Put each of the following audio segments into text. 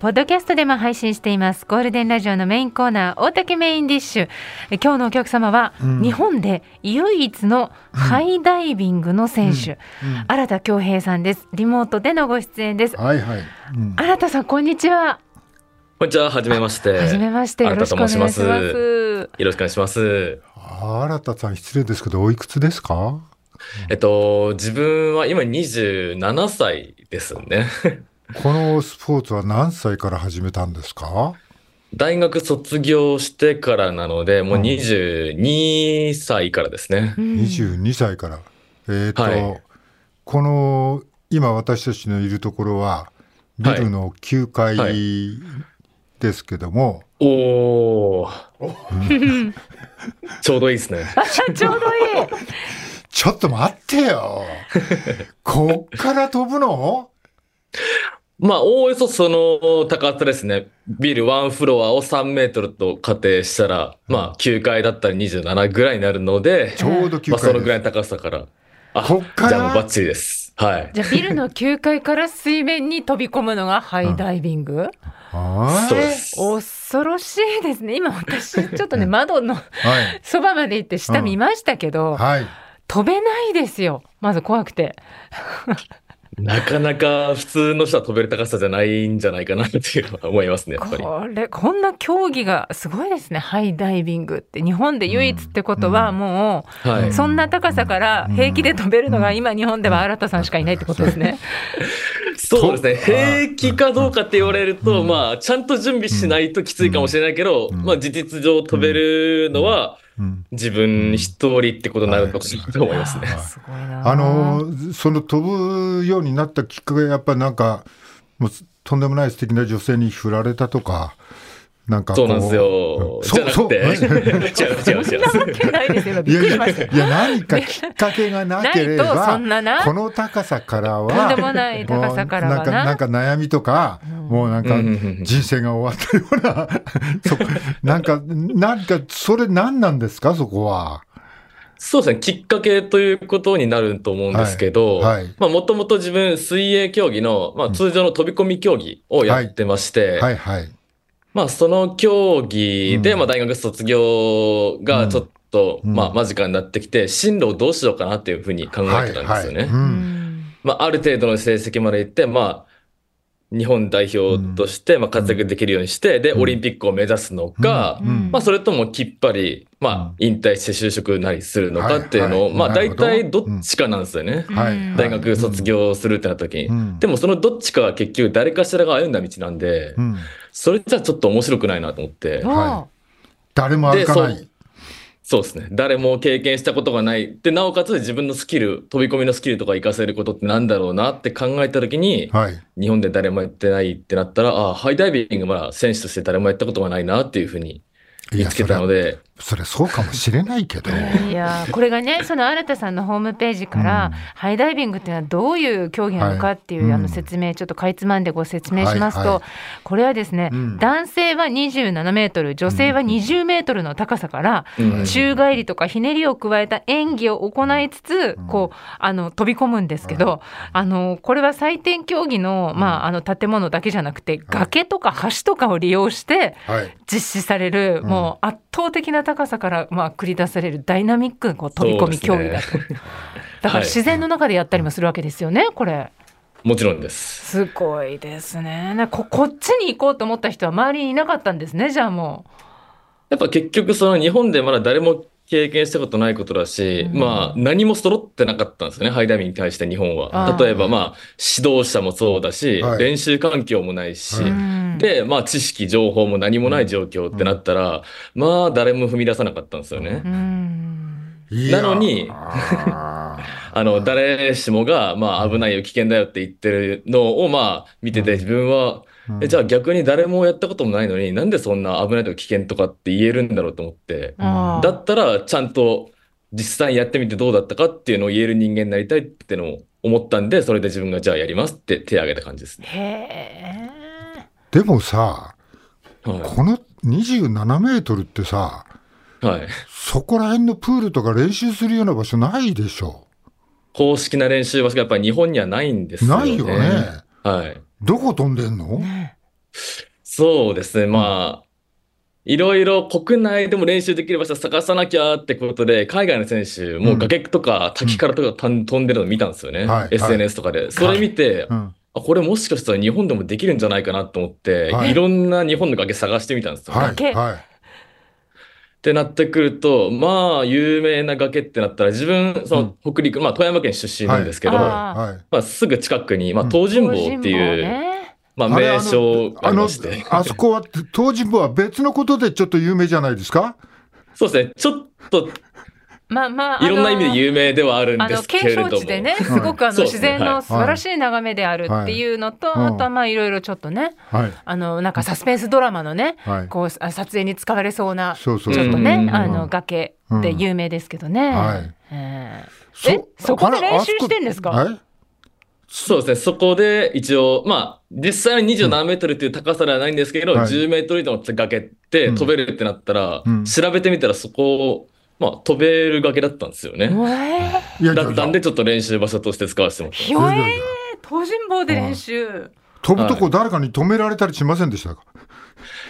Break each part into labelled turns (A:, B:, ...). A: ポッドキャストでも配信していますゴールデンラジオのメインコーナー大竹メインディッシュえ今日のお客様は、
B: うん
A: 日本で唯一のハイダイビングの選手、
B: うん
A: 新田恭平さんですリモートでのご出演です
B: はいはい、うん
A: 新田さんこんにちは
C: こんにちは、はじめまして。
A: はじめましてよろしくお願いします
C: 新田と申しますよろしくお願いします。
B: 新田さん失礼ですけどおいくつですか
C: えっと、自分は今27歳ですね。
B: このスポーツは何歳から始めたんですか
C: 大学卒業してからなので、もう22歳からですね
A: う。ん
B: 22歳から、えっ、と、
C: はい
B: この今私たちのいるところはビルの9階
C: は
B: ですけども、
C: おー。 ちょうどいいですね。
A: ちょうどいい
B: ちょっと待って よこっから飛ぶの
C: まあ、おおよそその高さですね。ビル1フロアを3メートルと仮定したら、まあ、9階だったり27ぐらいになるので
B: ち、ょうど9階
C: まあ、そのぐらい
B: で
C: の高さから。あ、
B: こっから
C: じゃあもうバッチリです。はい。
A: じゃあビルの9階から水面に飛び込むのがハイダイビング、
B: すは
C: そうで
B: い
C: す。
A: 恐ろしいですね今私ちょっとね窓の
B: はい
A: そばまで行って下見ましたけど、
B: はい
A: 飛べないですよまず怖くて
C: なかなか普通の人は飛べる高さじゃないんじゃないかなっていうのは思いますね、やっぱり。
A: これこんな競技がすごいですねハイダイビングって日本で唯一ってことは
B: うん
A: も
C: は
A: う
C: い。
A: そんな高さから平気で飛べるのが今日本では新田さんしかいないってことですね。
C: そうですね。平気かどうかって言われると、
B: うん
C: まあ、ちゃんと準備しないときついかもしれないけど、
B: うん
C: まあ、事実上飛べるのは
B: うん
C: 自分一人ってことになるのかなと思いますね。
B: うん
A: すごいな
B: あのーその飛ぶようになったきっかけやっぱなんかもうとんでもない素敵な女性に振られたとかなんかこ
C: そうなんです
B: う
C: よ。
B: ん
C: じゃなくて。
B: そうそう
C: 違う違う違
A: そんなわ
C: う。
A: けないですよ
B: い
A: びっ
B: や
A: く
B: い
A: りしま
B: や
A: した
B: いや何かきっかけがなけれ
A: ないとそ
B: ば
A: んなな
B: この高さから
A: とんで
B: は
A: もない高さから
B: も
A: は
B: うなんか
A: な
B: なんか悩みとか、もうなんか
C: うんうんうん
B: 人生が終わったよう なそこなんかなんかそれ何なんですかそこは。
C: そうですね。きっかけということになると思うんですけど、
B: はいはい
C: まあ、もともと自分、水泳競技の、まあ、通常の飛び込み競技をやってまして、
B: はいはい。
C: まあ、その競技で、
B: うん
C: まあ、大学卒業がちょっと、
B: うん
C: ま
B: う
C: あ、
B: ん
C: 間近になってきて、進路をどうしようかなっていうふうに考えてたんですよね。
B: はいはい
A: う
B: う
A: んん
C: まあ、ある程度の成績までいって、まあ、日本代表として、まあ、活躍できるようにして、で、
B: うん
C: オリンピックを目指すのか、
B: うんうん
C: まあ、それともきっぱり、まあ、引退して就職なりするのかっていうのを、
B: はいはい
C: まあ、
B: なる
C: 大
B: ほど
C: 体どっちかなんですよね。
A: うん
B: はい
A: うん
C: 大学卒業するってなった時に。
B: うん
C: でも、そのどっちかは結局誰かしらが歩んだ道なんで、
B: うん
C: それじゃちょっと面白くないなと思って、
B: は誰も歩かな
C: で
B: い。
C: そうですね。誰も経験したことがない。で、なおかつ自分のスキル、飛び込みのスキルとか活かせることってなんだろうなって考えたときに、
B: はい。
C: 日本で誰もやってないってなったら、ああ、ハイダイビングまだ選手として誰もやったことがないなっていうふうに
B: い
C: 見
B: や
C: つけ
B: それ
C: たので、
B: それそうかもしれない けど。
A: いやー これがねその新田さんのホームページから、
B: うん
A: ハイダイビングっていうのはどういう競技なのかっていう、
B: はい
A: あ
B: う
A: の
B: ん
A: 説明ちょっとかいつまんでご説明しますと、
B: はいはい
A: これはですね、
B: うん
A: 男性は27メートル女性は20メートルの高さから、
C: うん
A: 宙返りとかひねりを加えた演技を行いつつ、
B: うん
A: こうあの飛び込むんですけど、あのこれは採点競技の,、まあ、あの建物だけじゃなくて崖とか橋とかを利用して
B: はい。
A: 実施される、
B: うん
A: もう圧倒的な高さから、まあ、繰り出されるダイナミックなこう飛び込み競技だと、 だから
C: はい
A: 自然の中でやったりもするわけですよねこれ
C: もちろんで
A: す
C: す。
A: ごいですねなここっちに行こうと思った人は周りにいなかったんですねじゃあも
C: やっぱ結局その日本でまだ誰も経験したことないことだし、
A: うん
C: まあ何も揃ってなかったんですよね、ハイダイビングに対して日本
A: あ
C: は。
A: ー
C: 例えばまあ指導者もそうだし、
B: はい
C: 練習環境もないし、
A: う、
B: はい
A: うん
C: で、まあ知識、情報も何もない状況ってなったら、まあ誰も踏み出さなかったんですよね
A: う。ん
B: いや
C: なのに
B: あ
C: あの、誰しもが、まあ危ないよ、危険だよって言ってるのを、まあ見てて自分は、
B: ー
C: え、じゃあ逆に誰もやったこともないのに、なんでそんな危ないとか危険とかって言えるんだろうと思って、
A: あー
C: だったらちゃんと実際にやってみてどうだったかっていうのを言える人間になりたいってのを思ったんで、それで自分がじゃあやりますって手を挙げた感じですね。
A: へえ
B: でもさ、
C: は
B: この27メートルってさ、
C: い。はい。
B: そこら辺のプールとか練習するような場所ないでしょ。
C: 公式な練習場所がやっぱり日本にはないんですよ
B: ないよね。
C: はい。
B: どこ飛んでんの
A: ね
C: そうですね。まあ、いろいろ国内でも練習できる場所探さなきゃってことで、海外の選手、もう崖とか滝からとかたん飛んでるの見たんですよね
B: はいはい。
C: SNS とかで。それ見て、
B: うん
C: あ、これもしかしたら日本でもできるんじゃないかなと思って、
B: はい
C: いろんな日本の崖探してみたんですよ。
B: は
A: だけ
B: いはい
C: ってなってくると、まあ、有名な崖ってなったら、自分、その北陸、まあ、富山県出身なんですけど、
A: はいあー
B: はい
C: まあ、すぐ近くに、まあ、
B: うん
C: 東尋坊っていう、まあ、
B: あれあの
C: 名称がありまして、
B: あのあそこは東尋坊は別のことでちょっと有名じゃないですか
C: そうですね、ちょっと
A: まあ まあ、
C: いろんな意味で有名ではあるん
A: あ
C: で
A: の
C: すけ
A: 景
C: れ
A: 勝
C: ど
A: 地
C: も、
A: でね、すごくあの
C: そうです
A: 自
C: ね
A: 然
C: は
A: の
C: い
A: 素晴らしい眺めであるっていうのと、
B: はい
A: あとはまあいろいろちょっとね、
B: はい
A: あのなんかサスペンスドラマのね、
B: はい
A: こうあ撮影に使われそうなちょ
B: そうそう
A: っと
C: うんうん
A: ね
C: う、ん
A: あの崖で有名ですけどね。
B: はい
A: えーえそこで練習してんですか
B: はい
C: そうですね、そこで一応、まあ、実際に27メートルっていう高さではないんですけど、
B: はい
C: 10メートル以上の崖って
B: うん
C: 飛べるってなったら、
B: うん
C: 調べてみたらそこを、まあ、飛べる崖だったんですよね。
A: うえー
B: いや
C: だったんで、ちょっと練習場所として使わせてもらっ
A: ひょえー東尋坊で練習。
B: 飛ぶとこ誰かに止められたりしませんでしたか、
C: た。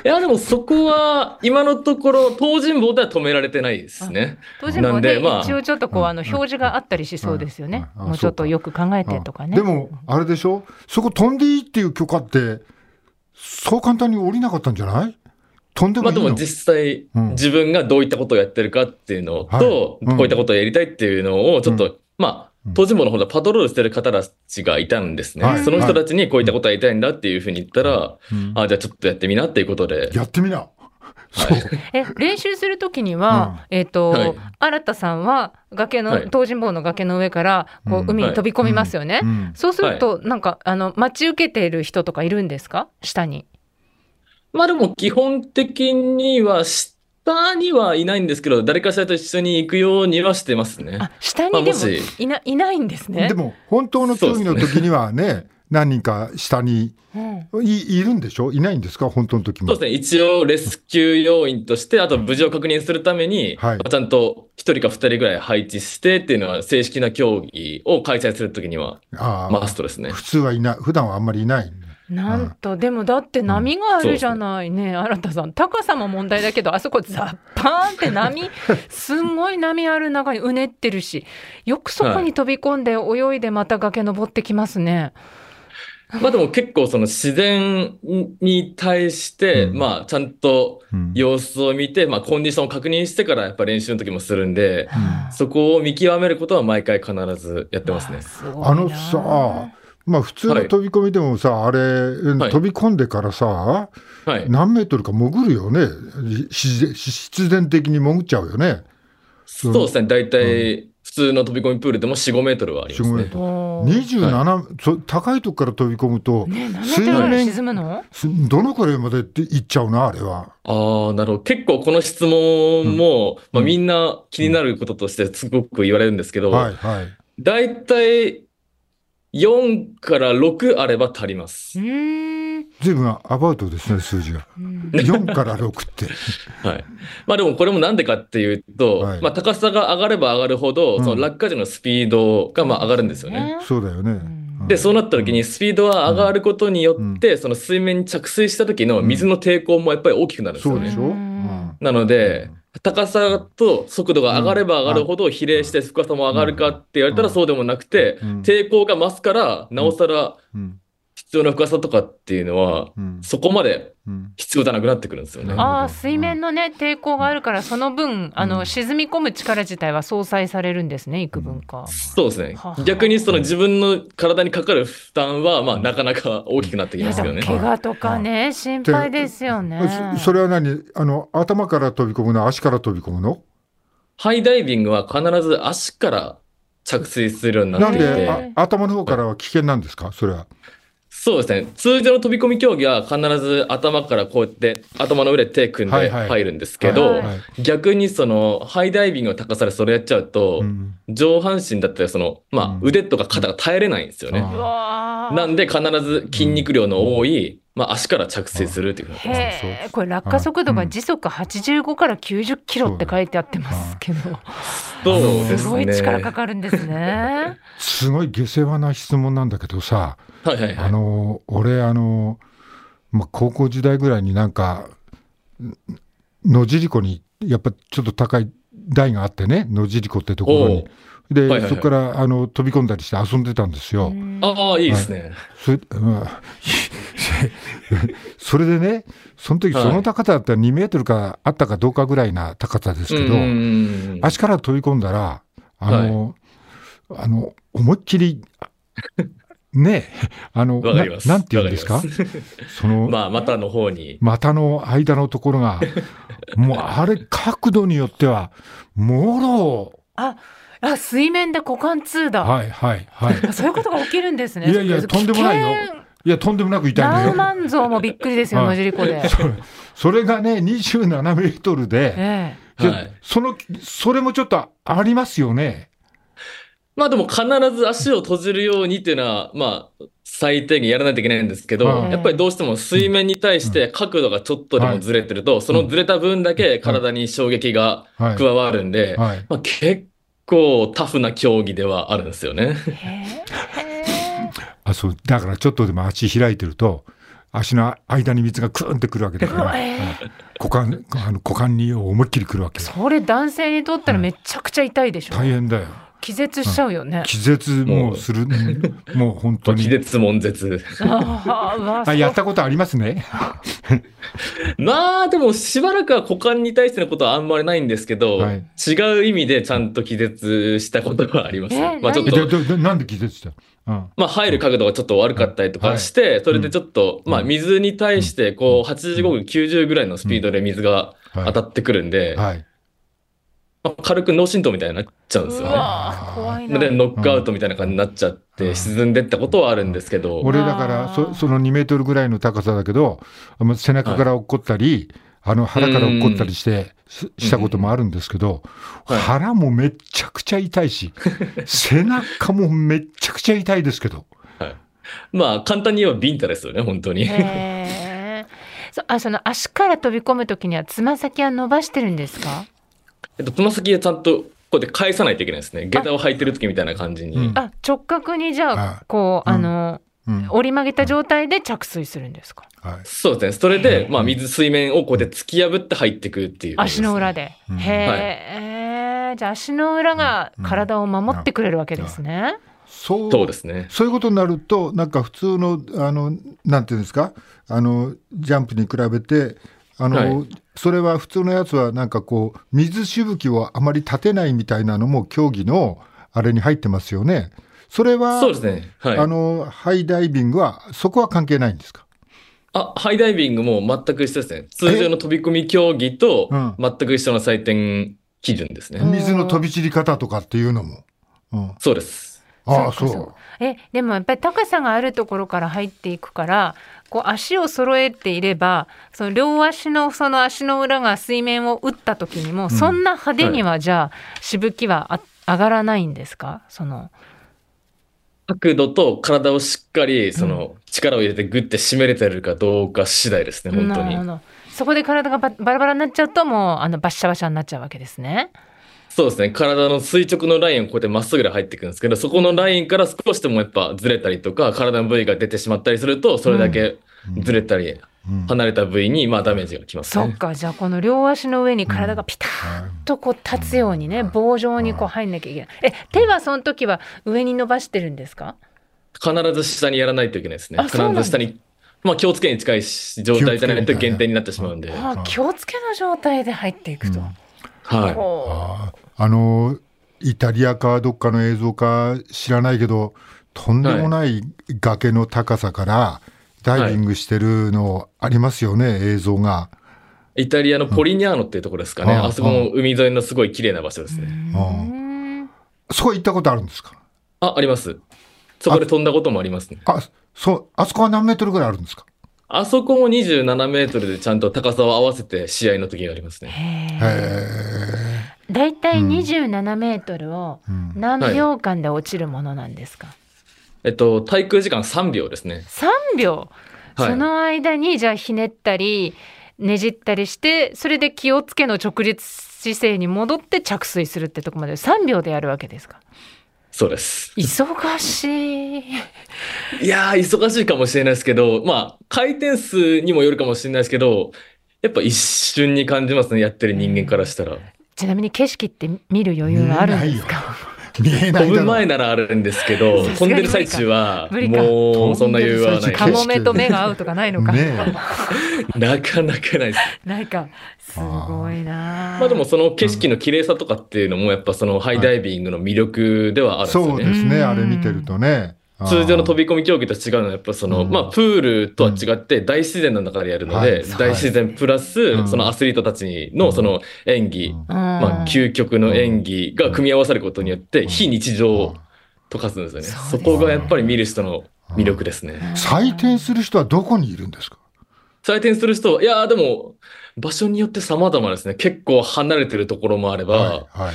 C: いや、でもそこは、今のところ、東尋坊では止められてないですね。
A: 東尋坊で
C: なんでまあ
A: 一応ちょっとこうあの
B: うん
A: 表示があったりしそうですよね。
B: うんうんあ
A: もうちょっとよく考えてとかね。
B: でもあれでしょそこ飛んでいいっていう許可ってそう簡単に降りなかったんじゃない飛んでもい
C: ま
B: い
C: あで
B: の、
C: も実際、
B: うん
C: 自分がどういったことをやってるかっていうのと、
B: はいうん
C: こういったことをやりたいっていうのを、ちょっと、
B: う
C: ま
B: う
C: あ
B: ん、
C: 東尋坊の方でパトロールしてる方たちがいたんですね。
B: はい
C: その人たちにこういったことをやりたいんだっていうふうに言ったら、
B: うん
C: あ、じゃあちょっとやってみなっていうことで、
B: やってみな、そう
A: え練習するときには、えっ、と、
C: はい
A: 新田さんは崖の、
C: はい
A: 東尋坊の崖の上からこう、
B: うん
A: 海に飛び込みますよね。
B: うん
A: そうすると、なんかあの待ち受けている人とかいるんですか下に。
C: まあでも基本的には、下にはいないんですけど、誰かしらと一緒に行くようにはしてますね。
A: あ下にでも
C: まあもし
A: いな,、いないんですね。
B: でも本当の競技の時にはね何人か下に
A: うん
B: いいるんでしょいないんですか本当の時も
C: そうですね。一応、レスキュー要員として、あと無事を確認するために、
B: はい
C: ちゃんと一人か二人ぐらい配置してっていうのは、正式な競技を開催するときには、
B: ああ
C: マストですね。
B: 普通はいない普段はあんまりいない
A: なんとでもだって波があるじゃないね新田さん高さも問題だけどあそこザッパーンって 波すんごい波ある中にうねってるしよくそこに飛び込んで泳いでまた崖登ってきますね。
C: まあでも結構、その自然に対して、
B: うん
C: まあ、ちゃんと
B: うん
C: 様子を見て、まあ、コンディションを確認してから、やっぱ練習の時もするんで、
B: うん
C: そこを見極めることは毎回必ずやってますね。
A: すごいな
B: あのさ、まあ普通の飛び込みでもさ、あれ、
C: い
B: 飛び込んでからさ、
C: はい。
B: 何メートルか潜るよね、自然必然的に潜っちゃうよね、
C: そうですね。大体、普通の飛び込みプールでも4、5メートルはあります
B: 四五メ
C: ね
B: ートル。
A: おー
B: 27、そ高いとこから飛び込むと、
A: ね、何メート
B: 水
A: ルぐらい
B: 面
A: 沈むの？
B: すどのくらいまでって行っちゃうな、あれは。
C: ああ、なるほど。結構この質問も、まあ、みんな気になることとしてすごく言われるんですけど、
B: はいはい。
C: だいたい4から6あれば足りま
A: う
C: す。
A: ーん。
B: ずいぶんアバウトですね、数字 が。
A: うん
B: 4から6って。
C: はい。まあでもこれもなんでかっていうと、
B: はい
C: まあ高さが上がれば上がるほど、
B: うん
C: その落下時のスピードがまあ上がるんですよね。
B: そうだよね。
A: ん
C: で、そうなった時にスピードは上がることによって、その水面に着水した時の水の抵抗もやっぱり大きくなるんです
B: そ
C: よ
B: うで
C: ね
B: し。ょ、
A: う
B: うんん、
C: なので、高さと速度が上がれば上がるほど比例して深さも上がるかって言われたら
B: うん
C: そうでもなくて
B: うん、
C: 抵抗が増すから、なおさら
B: うん
C: 必要な深さとかっていうのは、
B: うん
C: そこまで
B: うん
C: 必要じゃなくなってくるんですよね。
B: あ
A: ああ水面のね抵抗があるからその分あの沈み込む力自体は相殺されるんですね幾分か。
C: そうですね
A: はあ。
C: 逆にその自分の体にかかる負担は、まあなかなか大きくなって
A: い
C: き
A: や
C: ます
A: で
C: よ
A: も
C: ね。
A: 怪我とかね心配ですよね。
B: そそれは何あの頭から飛び込むの足から飛び込むの
C: ハイダイビングは必ず足から着水するようにな
B: な
C: っ
B: ん
C: てい
B: で
C: て、
B: あ頭の方からは危険なんですかそれは。
C: そうですね。通常の飛び込み競技は必ず頭からこうやって頭の上で手組ん
B: はい
C: で
B: はい
C: 入るんですけ
A: は
C: ど
A: い、
C: 逆にそのハイダイビングの高さでそれやっちゃうと
B: う、ん
C: 上半身だったりその、まあ
B: うん
C: 腕とか肩が耐えれないんですよ
B: あ
C: ね。
A: うわー
C: なんで必ず筋肉量の多い、まあ足から着水するっていうふうになってます。
A: へえこれ落下速度が時速85から90キロって書いてあってますけど、
C: そうですね。
A: すごい力かかるんですね。
B: すごい下世話な質問なんだけどさ、
C: はいはい
B: あ
C: はい。
B: の俺あのまあ、高校時代ぐらいになんか、野尻湖に、やっぱちょっと高い台があってね、野尻湖ってところに。で、
C: はいはいはい
B: そこからあの飛び込んだりして遊んでたんですよ。
C: ああ、いいですね。
B: それうん それでね、その時その高さだったら2メートルかあったかどうかぐらいな高さですけど、
C: うん
B: 足から飛び込んだら、あの、あの思いっきり、ね、あの
C: わか
B: な
C: ります。
B: なんて言うんですか
C: わります
B: その、
C: まあ、股の方に。
B: 股の間のところが、もうあれ、角度によっては、もろ、
A: あ、あ、水面で股間痛だ。
B: はいはいはい。
A: あそういうことが起きるんですね。
B: いやいやとんでもないよ
A: 危険
B: いや、とんでもなく痛い
A: ラ
B: の
A: ー
B: よ。
A: マン像もびっくりですよ、
B: はい
A: 野尻湖で。
B: それがね、27メートルで、
A: え
B: で
C: はい
B: その、それもちょっとありますよね。
C: まあでも必ず足を閉じるようにっていうのは、まあ、最低限やらないといけないんですけど、
B: はい
C: やっぱりどうしても水面に対して角度がちょっとでもずれてると、そのずれた分だけ体に衝撃が
B: はい
C: 加。わるんで、
B: はい。
C: まあ、結構タフな競技ではあるんですよね。
A: えへ
B: あ、そう、だからちょっとでも足開いてると、足の間に水がクーンってくるわけだから、
A: うわえー
B: はい股間、あの股間に思いっきりくるわけ
A: え
B: よ。
A: それ男性にとったらめちゃくちゃ痛いでしょ。
B: 大変だよ。
A: 気絶しちゃうよね。
B: 気絶もうす る、もう本当
C: 気
B: に。
C: 絶悶絶。
A: あー うわ
B: あ、やったことありますね。
C: まあでもしばらくは股間に対してのことはあんまりないんですけど、
B: はい
C: 違う意味でちゃんと気絶したことはあります。
A: えー
C: まあちょっ
B: え
C: と
B: ででなんで気絶したの
C: まあ、入る角度がちょっと悪かったりとかして、それでちょっと、
B: うん
C: まあ、水に対して、こう、85分90ぐらいのスピードで水が
B: うん。は
C: 当
B: い
C: たってくるんで、
B: はい。
C: まあ軽く脳震盪みたいになっちゃうんです
A: う
C: よね。
A: わ怖いな。
C: で、ノックアウトみたいな感じになっちゃっ
B: う
C: て、
B: ん
C: 沈んでったことはあるんですけど、
B: 俺だからそその2メートルぐらいの高さだけどあの背中から落っこったり、あの腹から落っこったりしてししたこともあるんですけど、
C: うんはい
B: 腹もめっちゃくちゃ痛いし背中もめっちゃくちゃ痛いですけど
C: まあ、簡単に言えばビンタですよね、本当に。
A: へえそあその足から飛び込むときにはつま先は伸ばしてるんですか
C: えっと、つま先でちゃんと、こうやって返さないといけないですね。下駄を履いてる時みたいな感じに。
B: うん
A: あ直角にじゃ
B: は
A: あこう
B: うん
A: あの、
B: うん
A: 折り曲げた状態で着水するんですか
B: はい
C: そうですね。それで、まあ、水水面をこうやって突き破って入ってくっていう、
A: 足の裏
C: で
A: で、
B: うん
A: へえじゃあ足の裏が体を守ってくれるわけですね、
B: そ
C: す
B: う
C: ね。そうですね。
B: そういうことになるとなんか普通のあのなんていうんですかあのジャンプに比べてあの、
C: は
B: それは普通のやつはなんかこう水しぶきをあまり立てないみたいなのも競技のあれに入ってますよね。それは
C: そうですね。はい。
B: あのハイダイビングはそこは関係ないんですか。
C: あ、ハイダイビングも全く一緒ですね。通常の飛び込み競技と
B: うん
C: 全く一緒の採点基準ですね。
A: うん
B: 水の飛び散り方とかっていうのも。うん、
C: そうです。
B: ああ
A: そ
B: そうう
A: かえでもやっぱり高さがあるところから入っていくからこう足を揃えていればその両足のその足の裏が水面を打った時にも、
B: ん
A: そんな派手にはじゃあ、しぶきはあ上がらないんですかその
C: 角度と体をしっかり、その、力を入れてグッて締めれてるかどうか次第ですね、本当
A: なるほ
C: に。
A: どそこで体がババラバラになっちゃうともうあのバッシャバシャになっちゃうわけですね。
C: そうですね。体の垂直のラインをこうやってまっすぐで入っていくんですけど、そこのラインから少しでもやっぱずれたりとか、体の部位が出てしまったりすると、それだけずれたり、
B: うん
C: 離れた部位に、まあダメージがきます
A: そっ
C: ね。
A: かじゃあこの両足の上に体がピタ
B: う
A: ッ
B: ん
A: とこう立つようにね棒状にこう入んなきゃいけない。え手はその時は上に伸ばしてるんですか
C: 必ず下にやらないといけないですね。
A: あ
C: 必
A: そうなんだ
C: ず下に、まあ気をつけに近いし状態じゃない
B: 気をつけみ
C: と
B: たいな
C: 減点になってしまうんで。
A: あ気をつけの状態で入っていくと。
C: はい。
A: ほ
B: あああのイタリアかどっかの映像か知らないけどとんでもない崖の高さからダイビングしてるのありますよね、映像が。
C: イタリアのポリニャーノっていうところですかね。
B: うん
C: あそこも海沿いのすごい綺麗な場所です
A: う
C: ね。
A: うーん
B: そこ行ったことあるんですか
C: あ、あります。そこで飛んだこともありますね。
B: あそうあそこは何メートルぐらいあるんですか
C: あそこも27メートルでちゃんと高さを合わせて試合の時がありますね。
A: へ
B: へ
A: え
B: え、
A: だいたい27メートルを
B: うん
A: 何秒間で落ちるものなんですか、
C: えっと、滞空時間3秒ですね。
A: 3秒、
C: はい
A: その間にじゃあひねったりねじったりしてそれで気をつけの直立姿勢に戻って着水するってとこまで3秒でやるわけですか
C: そうです。
A: 忙しい。
C: いやー、忙しいかもしれないですけど、まあ、回転数にもよるかもしれないですけど、やっぱ一瞬に感じますね、やってる人間からしたら。
A: ちなみに景色って見る余裕はあるんですか
B: 見えない
C: 飛ぶ
B: だろ
C: 前ならあるんですけど、
A: さす
C: 飛
A: が
C: ん
A: に
C: でる最中は、
A: 無理か
C: もう、そんな余裕は
B: 飛んで
C: な
B: る最
C: い
A: カ
B: 中
A: モメと目が合うとかないのか。
B: ね
C: なかなかないです。
A: ないか。すごいな。
C: まあでも、その景色の綺麗さとかっていうのも、やっぱそのハイダイビングの魅力ではあるんですよ
B: そう
C: ね。
B: ですね、
A: うん
B: あれ見てるとね。
C: 通常の飛
B: び
C: び込み競技と違うのは、やっぱその、
B: うん
C: まあ、プールとは違って、大自然の中でやるの
B: はい
C: で、
B: そう
C: 大自然プラス
B: う、ん
C: そのアスリートたち
B: う
C: の、
B: ん
C: その演技、
A: うん、
C: まあ、究極の演技が組み合わさることによっ
B: う
C: て、
B: ん
C: 非日常を溶かすんですよね。
A: そう
C: そ
A: です
C: こがやっぱり見る人の魅力ですね。
B: 採点する人はどこにいるんですか
C: 採点する人は、いやーでも、場所によって様々ですね。結構離れてるところもあれば、
B: はいはい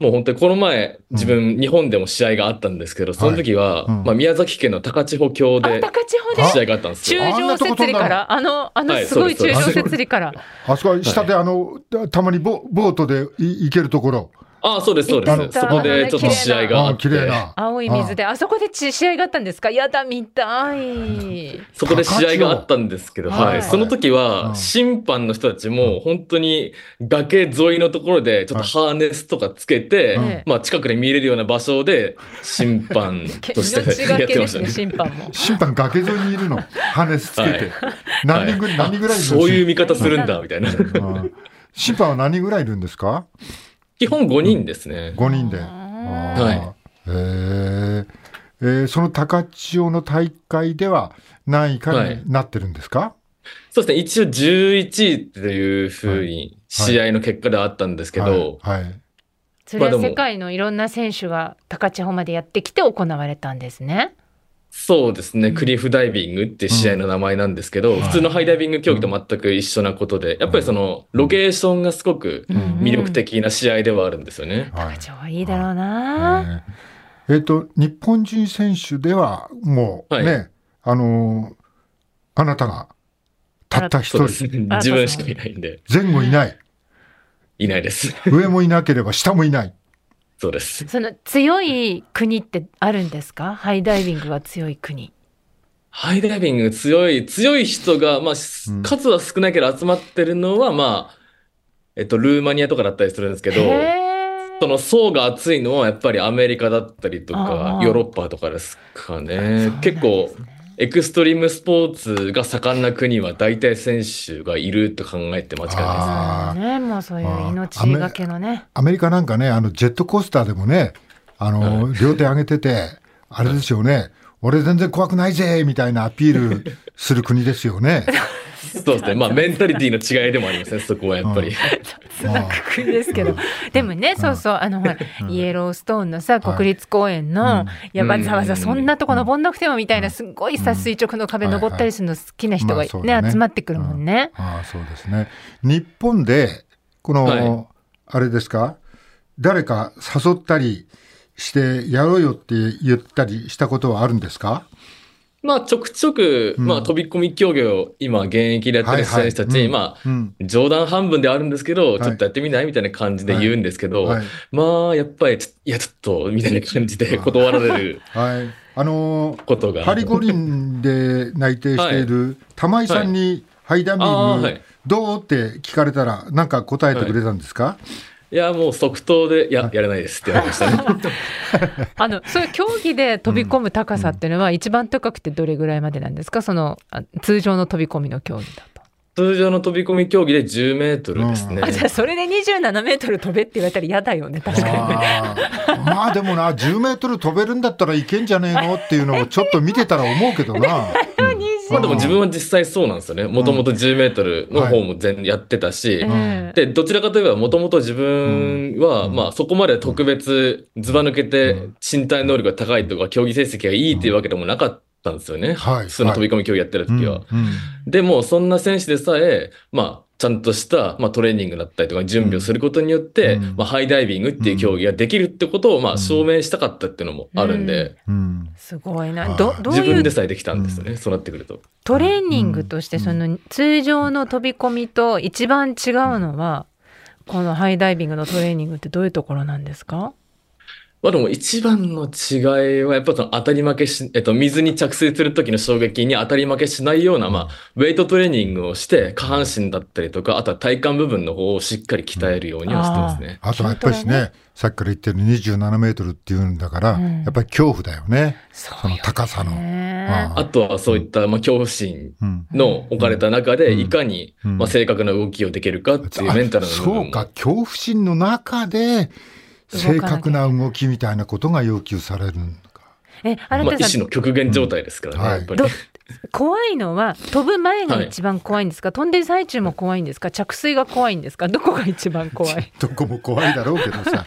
C: もう本当にこの前、自分、日本でも試合があったんですけど、その時は、
B: うん
C: まあ、宮崎県の高千穂峡
A: あ
C: で
A: 高千穂で
B: あ
C: 試合があったんです
A: 中
C: よ。
A: 上設理から、あの、あの
C: はい
A: すごい
C: そう
A: 中
C: です
A: 上設理から。
B: あそこは下であの、たたまにボボートでい行けるところ。
C: ああ、そうです、そうで
B: 行っ
C: す。
B: た
C: そこでちょっと試合があ
B: あ
C: って
B: 綺、麗な。
A: 青い水で、あそこでち試合があったんですかやだ、見た い。
C: そこで試合があったんですけど、
A: 高千穂
C: は
A: はい
C: い。その時
B: うん
C: は、審判の人たちも、本当に崖沿いのところで、ちょっとハーネスとかつけ
B: うん
A: え
C: て、
A: え
C: まあ、近くで見れるような場所で、審判とし
A: 命
C: てや
A: が
C: っ
A: け
C: て
A: で
C: まし
A: す
C: た
A: ね、
C: ね。
A: 審判も。
B: 審判崖沿いにいるの。ハネスつけて。
C: はい
B: 何人ぐらい、何人ぐらいいるんですか
C: そういう見方するんだ、みたいな。
B: うん審判は何人ぐらいいるんですか
C: 基本5人ですね。
B: ?5 人で。
A: はい
B: い。へーえーその高千穂の大会では何位か
C: はい
B: になってるんですか、
C: そうですね。一応11位というふうに、試合の結果ではあったんですけど、
B: はいはい
A: それ
C: まあで
A: は
C: も
A: 世界のいろんな選手が高千穂までやってきて行われたんですね。
C: そうです
A: う
C: ね。
A: ん
C: クリフダイビングっていう試合の名前なんですけど、
B: うん
C: 普通のハイダイビング競技と全く一緒なことで、やっぱりその、ロケーションがすごく
B: ん
C: 魅力的な試合ではあるんですよね。
B: は
A: 高
B: い
A: 千穂いいだろう
B: え
A: な。
B: ーえーと日本人選手ではもう
C: はい
B: ね、あのーあなたがたった
C: そう
B: 一
C: です
B: 人
C: ね。 自分しかいないんで、
B: 前後い ない
C: いないです。
B: 上もいなければ下もいない
C: そうです。
A: その強い国ってあるんですかハイダイビングが強い国。
C: ハイダイビング強い、強い人が、まあ、す
B: うん
C: 数は少ないけど集まってるのは、まあ、えっと、ルーマニアとかだったりするんですけど、
A: へー
C: その層が厚いのはやっぱりアメリカだったりと
A: あ
C: か
A: あ、
C: ヨーロッパとかですか
A: そう
C: ね
A: なん。です
C: 結
A: ね
C: 構、エクストリームスポーツが盛んな国は大体選手がいると考えて間違いないです。
B: あー
A: ね、もうそういう命
B: あー
A: がけのね。
B: アメリカなんかねあのジェットコースターでもねあのー、両手上げててあれですよね俺全然怖くないぜみたいなアピー ルする国ですよね。
C: そうですね。まあ、メンタリティの違いでもあ りますね、そこはやっぱり。
A: つなく国ですけど、でもね、そうそう、あの、ほら、イエローストーンのさ、
B: はい
A: 国立公園の、いや、
C: うん
A: わざわざそんなとこ登んなくてもみたいな、すっごいさ、垂直の壁登ったりするの好きな人
B: ま
A: が
B: あそうだね
A: ね、集まってくるもんね。
B: ああそうですね。日本でこの、
C: はい
B: あれですか誰か誘ったりしてやろうよって言ったりしたことはあるんですか
C: まあ、ちょくちょく、
B: うん
C: まあ、飛び込み競技を今、現役でやってる選手たち
B: はいはい
C: に、
B: うん
C: まあ、
B: うん。
C: 冗談半分ではあるんですけ
B: はい
C: ど、ちょっとやってみないみたいな感じで言うんですけど、
B: はい。
C: まあ、やっぱりちょ、いや、ちょっと、みたいな感じで断られる
B: はい。あのー
C: ことが。
B: パリ五輪で内定している玉井さんに、ハイダミ
C: ああ
B: ン
C: は
B: グ
C: い
B: どうって聞かれたら、なんか答えてくれたんですか、
C: いや、もう即答で、いや、やらないですって言われましたね。
A: あの、そういう競技で飛び込む高さっていうのは、一番高くてどれぐらいまでなんですかその、あ通常の飛び込みの競技だと。
C: 通常の飛び込み競技で10メートルですね
B: うん。
A: あ、じゃあ、それで27メートル飛べって言われたら嫌だよね、確かに。
B: あーまあでもな、10メートル飛べるんだったらいけんじゃねえのっていうのをちょっと見てたら思うけどな。
A: 20
C: まあでも自分は実際そうなんですよね。もともと10メートルの方も全やってたし、
A: ええ
C: で、どちらかといえばもともと自分は、
B: うん
C: まあそこまで特別ずば抜け
B: う
C: て身体能力が高いとか競技成績がいいっていうわけでもなかったんですよね。
B: はい
C: 普通の飛び込み競技やってる時は。
B: うんうん
C: でもそんな選手でさえ、まあちゃんとした、まあ、トレーニングだったりとか準備をすることによって、
B: うん
C: まあ、ハイダイビングっていう競技ができるってことを、ま
B: う
C: あ
B: ん
C: 証明したかったっていうのもあるんで、
B: うん
A: すごい
B: あ
A: な。
B: ー
A: ど、どう
C: 自
A: い
C: 分
A: う
C: でさえできたんですよね、そうなってくると。
A: トレーニングとして
B: うん
A: その通常の飛び込みと一番違うのはこのハイダイビングのトレーニングってどういうところなんですか
C: まあでも一番の違いは、やっぱその当たり負けし、えっと、水に着水する時の衝撃に当たり負けしないような、まあ、ウェイトトレーニングをして、下半身だったりとか、あとは体幹部分の方をしっかり鍛えるようにはしてますね。
B: あとはやっぱりね、さっきから言ってる27メートルっていうんだから、うん、やっぱり恐怖だよね。その高さの。
C: あとはそういった、まあ、恐怖心の置かれた中で、いかに、まあ、正確な動きをできるかっていうメンタルの部
B: 分。そうか、恐怖心の中で、正確な動きみたいなことが要求される
A: え、
C: あなたさん、まあ、の極限状態ですからね、うんはい、やっぱり。
A: 怖いのは飛ぶ前が一番怖いんですか、はい、飛んでる最中も怖いんですか着水が怖いんですかどこが一番怖 い
B: どこも怖いだろうけどさ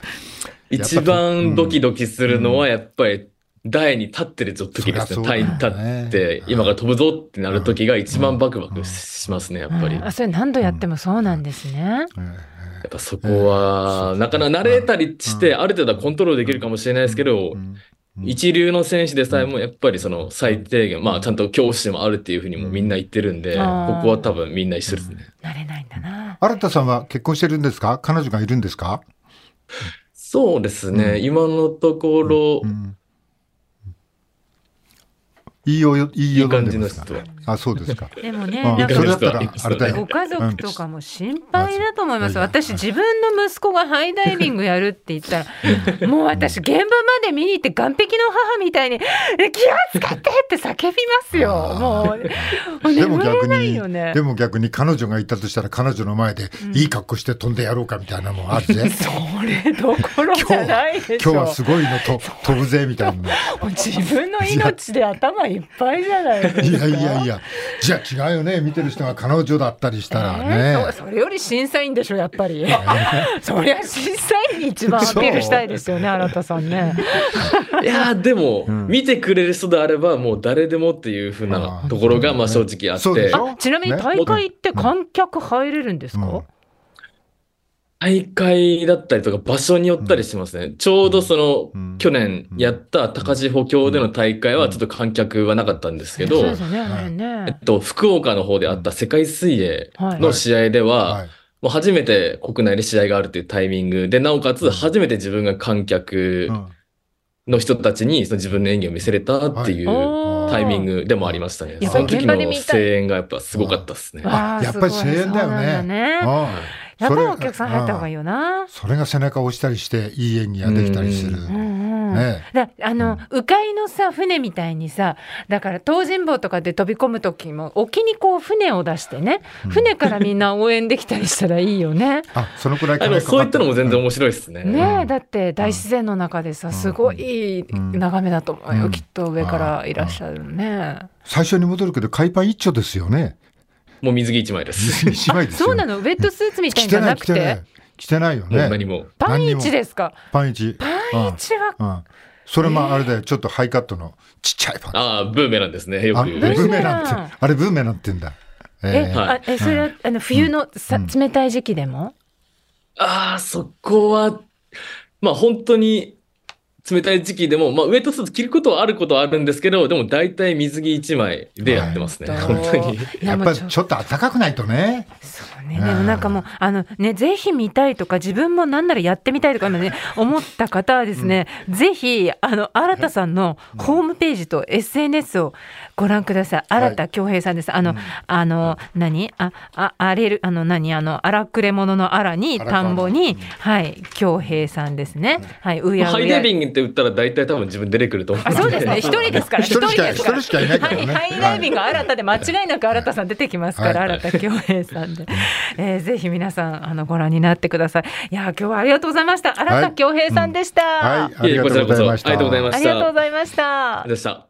C: 一番ドキドキするのはやっぱり台に立ってる時ですね。台に立って、今から飛ぶぞってなる時が一番バクバクしますね、やっぱり。
A: あ、それ何度やってもそうなんですね。
C: やっぱそこは、なかなか慣れたりして、ある程度はコントロールできるかもしれないですけど、一流の選手でさえもやっぱりその最低限、まあちゃんと恐怖心もあるっていうふうにもみんな言ってるんで、ここは多分みんな一緒ですね。
A: 慣れないんだな。
B: 新田さんは結婚してるんですか彼女がいるんですか
C: そうですね、今のところ、
B: いいよ、いいよ、
C: 感じの人。
B: あ、そうですか。
A: でもね、なんか、ご家族とかも心配だと思います。私、自分の息子がハイダイビングやるって言ったら、もう私、現場まで見に行って、岸壁の母みたいに、気を使ってって叫びますよ。もう、
B: でも逆に、でも逆に彼女がいたとしたら、彼女の前で、いい格好して飛んでやろうかみたいなのもあるぜ。
A: それどころじゃないで
B: しょ。今日はすごいの と飛ぶぜみたいな。
A: 自分の命で頭いっぱいじゃないい
B: やいやいや、じゃあ違うよね、見てる人が彼女だったりしたらね。
A: えー、それより審査員でしょ、やっぱ り。そりゃ審査員に一番アピールしたいですよね、新田さんね。
C: いやでも、うん、見てくれる人であれば、もう誰でもっていうふうなところが、まあ正直あって。
A: あちなみに大会って観客入れるんですか、うんうん
C: 大会だったりとか場所によったりしますね。うん、ちょうどその、うん、去年やった高千穂峡での大会はちょっと観客はなかったんですけど、えっと、福岡の方であった世界水泳の試合では、はいはい、もう初めて国内で試合があるというタイミングで、なおかつ初めて自分が観客の人たちにその自分の演技を見せれたっていう、はいタイミングでもありましたね。その時の声援がやっぱすごかったですね。
B: やっぱり声援だよね。
A: ねやっぱりお客さん入った方がいいよな。
B: それが背中を押したりしていい演技ができたりする。ね、
A: だあの、鵜飼のさ船みたいにさだから東尋坊とかで飛び込む時も沖にこう船を出してね船からみんな応援できたりしたらいいよ ね。
B: あそのくらい
C: そういったのも全然面白いですね。
A: ねだって大自然の中でさすごい眺めだと思うよ、きっと上からいらっしゃる。ね。
B: 最初に戻るけど、海パン一丁ですよね。
C: もう水着一枚です。
B: 一枚です
A: そうなの、ウェットスーツみたいじゃなくて。
B: 着てないよね。
C: 何 も。
A: パン一ですか。
B: パン一。
A: パン一は。
B: それもあれだよ、ちょっとハイカットのちっちゃいパン。
C: ああ、ブーメランですね。よく
B: ブーメランって、あれブーメランって言うんだ。
A: え、え、それは、あの冬のさ、冷たい時期でも。
C: ああ、そこは。まあ、本当に冷たい時期でも、まあ、ウエットスーツ着ることはあることはあるんですけど、でも大体水着1枚でやってますね、はい、本当に。
B: やっぱりちょっと暖かくないとね。
A: そうね、でもなんかもう、あのね、ぜひ見たいとか、自分もなんならやってみたいとか、 ね、思った方はですね、うん、ぜひ、あの、新田さんのホームページと SNS をご覧ください。新田恭平さんです。あの、あの、何あ、あ、荒れる、あの、何あの、荒くれ者の荒に、田んぼに、はい、恭平さんですね。はい、うやうや。
C: って売ったら大体多分自分出てくると思
A: う。そうですね。一人ですから。一人ですから。
B: 一人しかいないからね。
A: ハイダイビング新たで間違いなく新田さん出てきますから、新田恭平さんで。えー、ぜひ皆さんあのご覧になってください。いや今日はありがとうございました。新田恭平さんでした。
B: はい、ありがとうございました。
C: ありがとうございました。あ
A: りがとうございました。
C: でした。